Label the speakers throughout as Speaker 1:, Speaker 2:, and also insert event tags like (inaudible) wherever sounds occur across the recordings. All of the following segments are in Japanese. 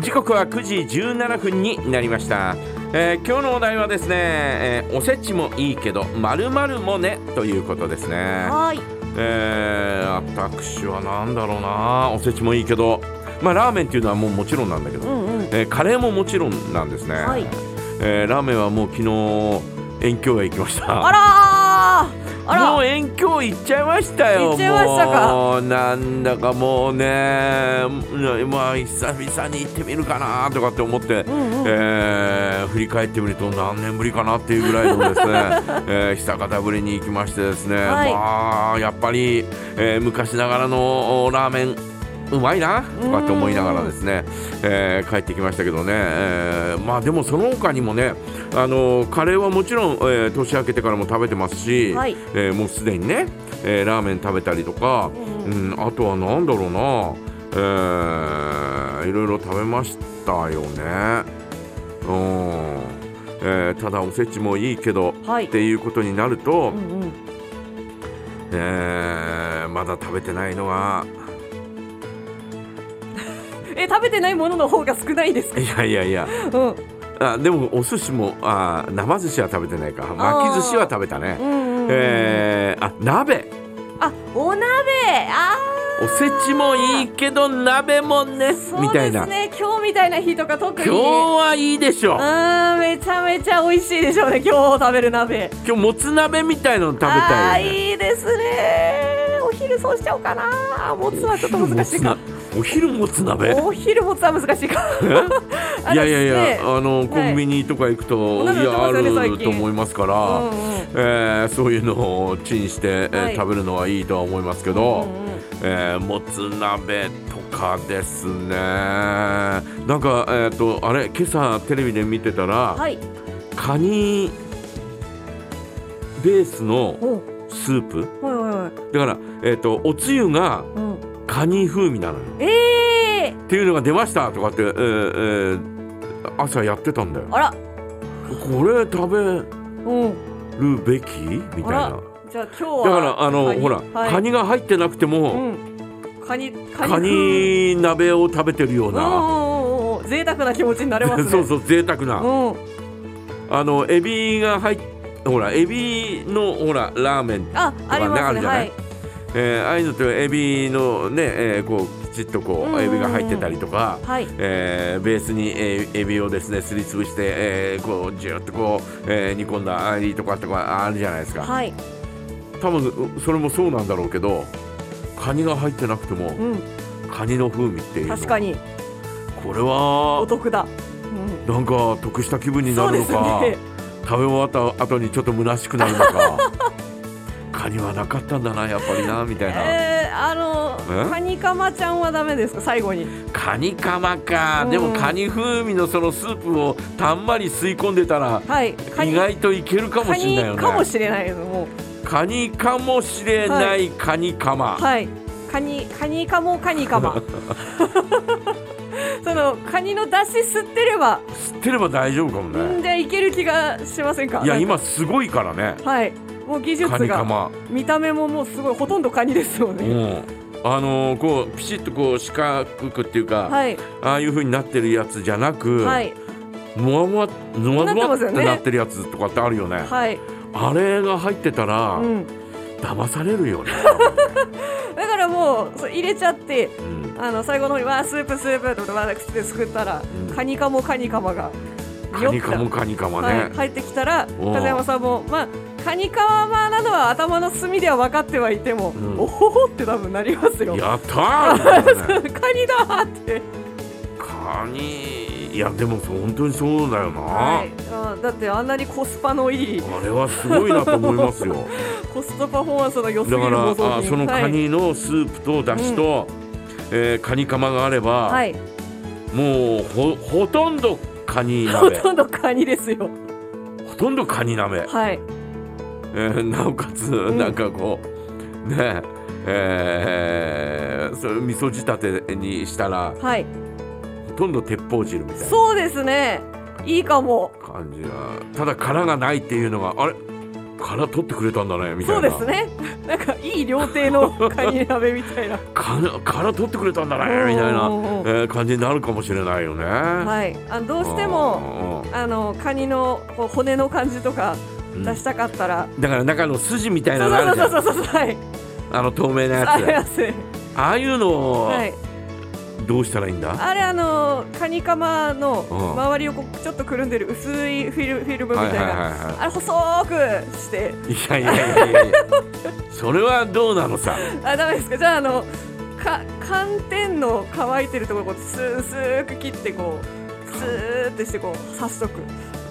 Speaker 1: 時刻は9時17分になりました、えー、今日のお題はですね、えーおせちもいいけどまるまるもねということですね
Speaker 2: はい
Speaker 1: えー、私は何だろうなおせちもいいけどまあラーメンっていうのはもうもちろんなんだけど、
Speaker 2: うんうん
Speaker 1: えーカレーももちろんなんですね、
Speaker 2: はい
Speaker 1: えーラーメンはもう昨日遠京へ行きました
Speaker 2: あらーあら
Speaker 1: もう遠京行っちゃいましたよ
Speaker 2: 行っちゃいましたか
Speaker 1: もうなんだかもうねまあ久々に行ってみるかなとかって思って、
Speaker 2: んうん
Speaker 1: えー振り返ってみると何年ぶりかなっていうぐらいの
Speaker 2: (laughs)
Speaker 1: ですね、えー久方ぶりに行きましてですね、
Speaker 2: はい
Speaker 1: まあやっぱり、えー昔ながらのおラーメンうまいなとかって思いながらですね、えー帰ってきましたけどね、えーまあでもその他にもねあのカレーはもちろん、えー年明けてからも食べてますし、
Speaker 2: はい
Speaker 1: えーもうすでにね、えーラーメン食べたりとか、
Speaker 2: う
Speaker 1: うんあとは何だろうな、えーいろいろ食べましたよね。うんえーただおせちもいいけど、
Speaker 2: はい
Speaker 1: っていうことになると、
Speaker 2: うんうん
Speaker 1: えーまだ食べてないのが
Speaker 2: え食べてないものの方が少ないです
Speaker 1: (laughs)
Speaker 2: か
Speaker 1: いやいやいや
Speaker 2: うん
Speaker 1: あでもお寿司もあ生寿司は食べてないか巻き寿司は食べたね
Speaker 2: う。んうん
Speaker 1: えーあ鍋
Speaker 2: あお鍋あ
Speaker 1: おせちもいいけど鍋もね
Speaker 2: ーそう
Speaker 1: みたい
Speaker 2: です
Speaker 1: な
Speaker 2: ね今日みたいな日とか特に
Speaker 1: 今日はいいでしょう
Speaker 2: うんめちゃめちゃ美味しいでしょうね今日食べる鍋
Speaker 1: 今日もつ鍋みたいの食べ
Speaker 2: あ
Speaker 1: た
Speaker 2: あ
Speaker 1: いよね
Speaker 2: ーいいですねお昼そうしちゃおうかなもつはちょっと難しいか
Speaker 1: お昼もつ鍋
Speaker 2: お昼もつは難しいか (laughs) あ
Speaker 1: いやいやい
Speaker 2: ね
Speaker 1: やあのコンビニとか行くと、、
Speaker 2: はいい
Speaker 1: やあ
Speaker 2: お鍋売ってますよね
Speaker 1: る
Speaker 2: 最
Speaker 1: と
Speaker 2: 近
Speaker 1: 思いますから、
Speaker 2: うんうん
Speaker 1: えーそういうのをチンして、えー
Speaker 2: はい
Speaker 1: 食べるのはいいとは思いますけど、
Speaker 2: うんうん
Speaker 1: えーもつ鍋とかですねなんかえっ、とあれ今朝テレビで見てたら、
Speaker 2: はい
Speaker 1: カニベースの
Speaker 2: お
Speaker 1: スープ
Speaker 2: はいはいはい
Speaker 1: だから、えー、とおつゆが
Speaker 2: うん
Speaker 1: カニ風味なのよ
Speaker 2: ええ
Speaker 1: っていうのが出ましたとかって、えーえー朝やってたんだよ
Speaker 2: あら
Speaker 1: これ食べ
Speaker 2: うん
Speaker 1: るべきみたい
Speaker 2: あ
Speaker 1: な
Speaker 2: らじゃあ今日は
Speaker 1: だからあのほら、
Speaker 2: はい
Speaker 1: カニが入ってなくて
Speaker 2: う
Speaker 1: も、
Speaker 2: んカニカニ
Speaker 1: カニ鍋を食べてるよう
Speaker 2: 風
Speaker 1: な、
Speaker 2: うんうんうんうん贅沢な気持ちになれます
Speaker 1: (laughs)
Speaker 2: ね
Speaker 1: そうそう贅沢な、
Speaker 2: うん
Speaker 1: あのエビが入っほらエビのほらラーメン、
Speaker 2: ああり
Speaker 1: あ
Speaker 2: ます
Speaker 1: る
Speaker 2: ね
Speaker 1: じゃな
Speaker 2: はいい
Speaker 1: えー、ああいうのってエビのね、えーこうきちっとこ
Speaker 2: うんう
Speaker 1: う
Speaker 2: んうん
Speaker 1: エビが入ってたりとか。
Speaker 2: はい
Speaker 1: えーベースに、えーエビをですねすりつぶして、えーこうじゅっとこう、えー煮込んだありとかとかあるじゃないですか、
Speaker 2: はい
Speaker 1: 多分それもそうなんだろうけどカニが入ってなくても、
Speaker 2: うん
Speaker 1: カニの風味っていうの
Speaker 2: 確かに
Speaker 1: これ
Speaker 2: お
Speaker 1: は
Speaker 2: 得だうん
Speaker 1: なんか得した気分に
Speaker 2: そ
Speaker 1: なる
Speaker 2: うで
Speaker 1: の
Speaker 2: す
Speaker 1: か、
Speaker 2: ね
Speaker 1: 食べ終わった後にちょっと虚しくなるの
Speaker 2: (laughs)
Speaker 1: かカニはなかったんだなやっぱりなみたいな、
Speaker 2: えー、あの
Speaker 1: え
Speaker 2: カニカマちゃんはダメですか最後に
Speaker 1: カニカマか
Speaker 2: うん
Speaker 1: でもカニ風味のそのスープをたんまり吸い込んでたら
Speaker 2: はい
Speaker 1: 意外といけるかも
Speaker 2: カ
Speaker 1: しれない
Speaker 2: ニ
Speaker 1: よね
Speaker 2: かもしれないですも
Speaker 1: カニかもしれな
Speaker 2: はい
Speaker 1: カニカマ、
Speaker 2: うはいカニカニかもカニ
Speaker 1: (laughs)
Speaker 2: かまそのカニの出汁吸ってれば
Speaker 1: 吸ってれば大丈夫かもね、
Speaker 2: んでいける気がしませんか
Speaker 1: いや
Speaker 2: なんか
Speaker 1: 今すごいからね
Speaker 2: はいもう技術
Speaker 1: カニカ
Speaker 2: が
Speaker 1: マ
Speaker 2: 見た目ももうすごいほとんどカニですよ
Speaker 1: う
Speaker 2: ね、
Speaker 1: んあのーこうピシッとこう四角くっていうか、
Speaker 2: はい
Speaker 1: ああいう風になってるやつじゃなく、
Speaker 2: はい
Speaker 1: もわもわもわもわって
Speaker 2: なってますよね
Speaker 1: なってるやつとかってあるよね
Speaker 2: はい、
Speaker 1: あれが入ってたら、
Speaker 2: うん、
Speaker 1: 騙される
Speaker 2: (laughs)
Speaker 1: よね、
Speaker 2: だからもうそう入れちゃって
Speaker 1: うん
Speaker 2: あの最後の方に「わあスープスープ」と思ってわー口ですくったら、
Speaker 1: うん
Speaker 2: カニカモカニカマが
Speaker 1: カニカもカニカマね、
Speaker 2: はい、入ってきたら
Speaker 1: おう
Speaker 2: 風山さんも、まあ、カニカマなどは頭の隅では分かってはいても、
Speaker 1: うん
Speaker 2: おほほって多分なりますよ。
Speaker 1: やったーみたいなね
Speaker 2: (laughs) カニだーって、
Speaker 1: カニいやでも本当にそうだよな、
Speaker 2: はい、あーだってあんなにコスパのいい
Speaker 1: あれはすごいなと思います
Speaker 2: (laughs)
Speaker 1: よ
Speaker 2: コストパフォーマンスの良す
Speaker 1: だ
Speaker 2: ぎる
Speaker 1: か
Speaker 2: 模
Speaker 1: ら
Speaker 2: 造
Speaker 1: あ
Speaker 2: 品
Speaker 1: そのカ
Speaker 2: はい
Speaker 1: ニのスープとだしと、えーカニカマがあれば、
Speaker 2: はい、
Speaker 1: もうほほとんどカニ
Speaker 2: ほ
Speaker 1: 鍋
Speaker 2: とんどカニですよ。
Speaker 1: ほとんどカニ鍋
Speaker 2: はい、
Speaker 1: えーなおかつ、
Speaker 2: ん
Speaker 1: なんかこうねえーそれ味噌仕立てにしたら
Speaker 2: はい、
Speaker 1: ほとんど鉄砲汁みたいな
Speaker 2: そうですね。いいかも。
Speaker 1: 感じがただ殻がないっていうのがあれ殻取ってくれたんだねみた
Speaker 2: そ
Speaker 1: いうな
Speaker 2: ですね。なんかいい料亭のカニ鍋みた
Speaker 1: (laughs)
Speaker 2: いな。
Speaker 1: 殻殻取ってくれたんだねみたいな、
Speaker 2: おーおーお
Speaker 1: えー感じになるかもしれないよね、
Speaker 2: はい。あのどうしても
Speaker 1: も
Speaker 2: あのカニのこう骨の感じとか出したかったら、
Speaker 1: だから中の筋みたい
Speaker 2: そ
Speaker 1: なのある
Speaker 2: う
Speaker 1: じゃ
Speaker 2: そう
Speaker 1: ん
Speaker 2: そうそうそうはい。
Speaker 1: あの透明な
Speaker 2: あり
Speaker 1: や
Speaker 2: ますね。
Speaker 1: つああいうのを
Speaker 2: はい。
Speaker 1: どうしたらいいんだ、
Speaker 2: あれあのカニカマの
Speaker 1: うん
Speaker 2: 周りをこうちょっとくるんでる薄いフィルフィルムみ
Speaker 1: は
Speaker 2: た
Speaker 1: い
Speaker 2: い
Speaker 1: はいはい
Speaker 2: な。
Speaker 1: は
Speaker 2: あれ細くして。
Speaker 1: いいやいやいやいやそれはどうなのさ
Speaker 2: あダメですか。じゃああのか寒天の乾いてるところをこうスースーく切ってこうスーってしてこう刺しとく。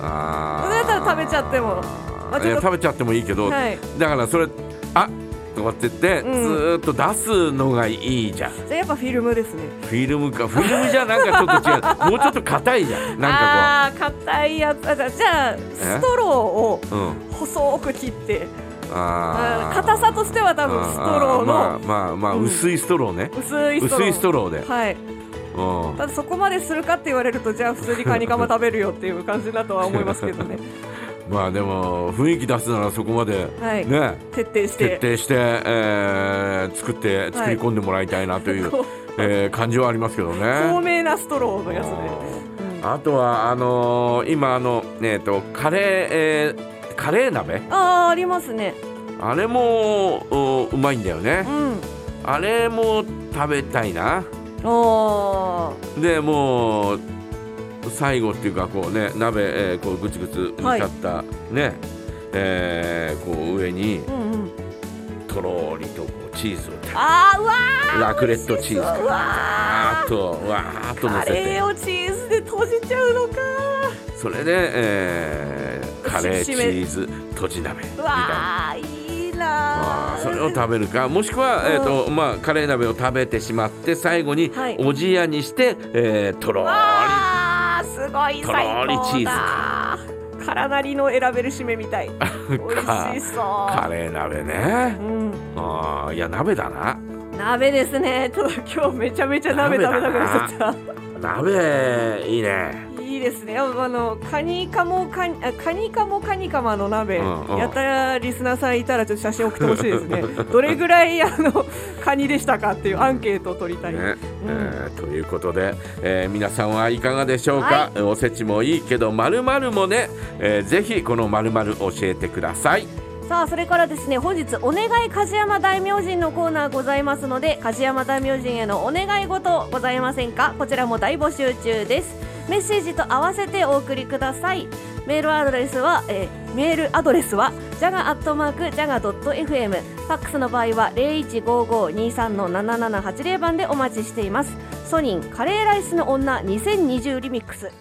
Speaker 1: あー
Speaker 2: それだったら食べちゃってもまあ
Speaker 1: い
Speaker 2: ちょっと
Speaker 1: や食べちゃってもいいけど、
Speaker 2: はい。
Speaker 1: だからそれあとかって言って、
Speaker 2: うん
Speaker 1: ずーっと出すのがいいじゃんフ
Speaker 2: じゃあやっぱフィルムですね。
Speaker 1: ィルムかフィルムじゃなんかちょ
Speaker 2: (laughs)
Speaker 1: っと違うもうちょっと硬いじゃんなんか
Speaker 2: ああー硬いやつあじゃあじゃあストロー
Speaker 1: こ
Speaker 2: を
Speaker 1: う、うん、
Speaker 2: 細く切ってあ
Speaker 1: あ
Speaker 2: ー
Speaker 1: ー
Speaker 2: 硬さとしては多分ストロー
Speaker 1: あー
Speaker 2: の
Speaker 1: まあまあまあ
Speaker 2: うん
Speaker 1: 薄いストローね、
Speaker 2: 薄いストロー
Speaker 1: 薄いストローで、
Speaker 2: はい
Speaker 1: うん
Speaker 2: ただそこまでするかって言われるとじゃあ普通にカニカマ食べるよっていう感じだとは思いますけどね
Speaker 1: まあでも雰囲気出すならそこまで
Speaker 2: はい
Speaker 1: ね
Speaker 2: 徹底して
Speaker 1: 徹底して、えー作って作り込んでもらいたいなという、
Speaker 2: こう
Speaker 1: えー感じはありますけどね。
Speaker 2: 透明なストローのやつで、うん
Speaker 1: あとはあのー今あのねえっとカレー、えーカレー鍋
Speaker 2: あーありますね
Speaker 1: あれもおうまいんだよね
Speaker 2: う。ん
Speaker 1: あれも食べたいな。
Speaker 2: お
Speaker 1: でもう最後っていうかこうね鍋、えーこうぐつぐつ煮立った、ね、えーこう上に
Speaker 2: ーうんうん
Speaker 1: とろーりとこうチーズをた
Speaker 2: あーうわー
Speaker 1: ラクレットチーズか
Speaker 2: うわ
Speaker 1: あとわーっと
Speaker 2: ー
Speaker 1: 乗
Speaker 2: カ
Speaker 1: せ
Speaker 2: レ
Speaker 1: て
Speaker 2: ーをチーズで閉じちゃうのか
Speaker 1: それで、えーカレーチーズとじ鍋みたいな。
Speaker 2: うわーいい
Speaker 1: あ
Speaker 2: な
Speaker 1: ー
Speaker 2: ー
Speaker 1: それを食べるかもしくは、えーとまあ、カレー鍋を食べてしまって最後に
Speaker 2: はい
Speaker 1: おじやにして、えーとろー
Speaker 2: わあすごい
Speaker 1: とろ
Speaker 2: 最
Speaker 1: りチーズ
Speaker 2: 高だからなりの選べる締めみ
Speaker 1: (laughs)
Speaker 2: たい美味しそう
Speaker 1: りカレー鍋ね
Speaker 2: うん、
Speaker 1: あーいや鍋だな
Speaker 2: 鍋ですねちょっと今日めちゃめちゃ鍋食べたくなっちゃっ
Speaker 1: 鍋いいね
Speaker 2: たいいですねやっぱあのカニカモカニあカニカモカニカマの鍋、
Speaker 1: うんうん
Speaker 2: やったらリスナーさんいたらちょっと写真送ってほしいですねどれぐらいあのカニでしたかっていうアンケートを取りたい、
Speaker 1: ね、
Speaker 2: うん
Speaker 1: えーということで、えー皆さんはいかがでしょう
Speaker 2: は
Speaker 1: か、おせちもいいけどまるまるもね、えーぜひこのまるまる教えてください
Speaker 3: さあそれからですね本日お願い梶山大明神のコーナーございますので梶山大明神へのお願い事ございませんかこちらも大募集中ですメッセージと合わせてお送りくださいメールアドレスは、えーメールアドレスは jaga.jaga.fm ファックスの場合は015523-7780番でお待ちしていますソニンカレーライスの女2020リミックス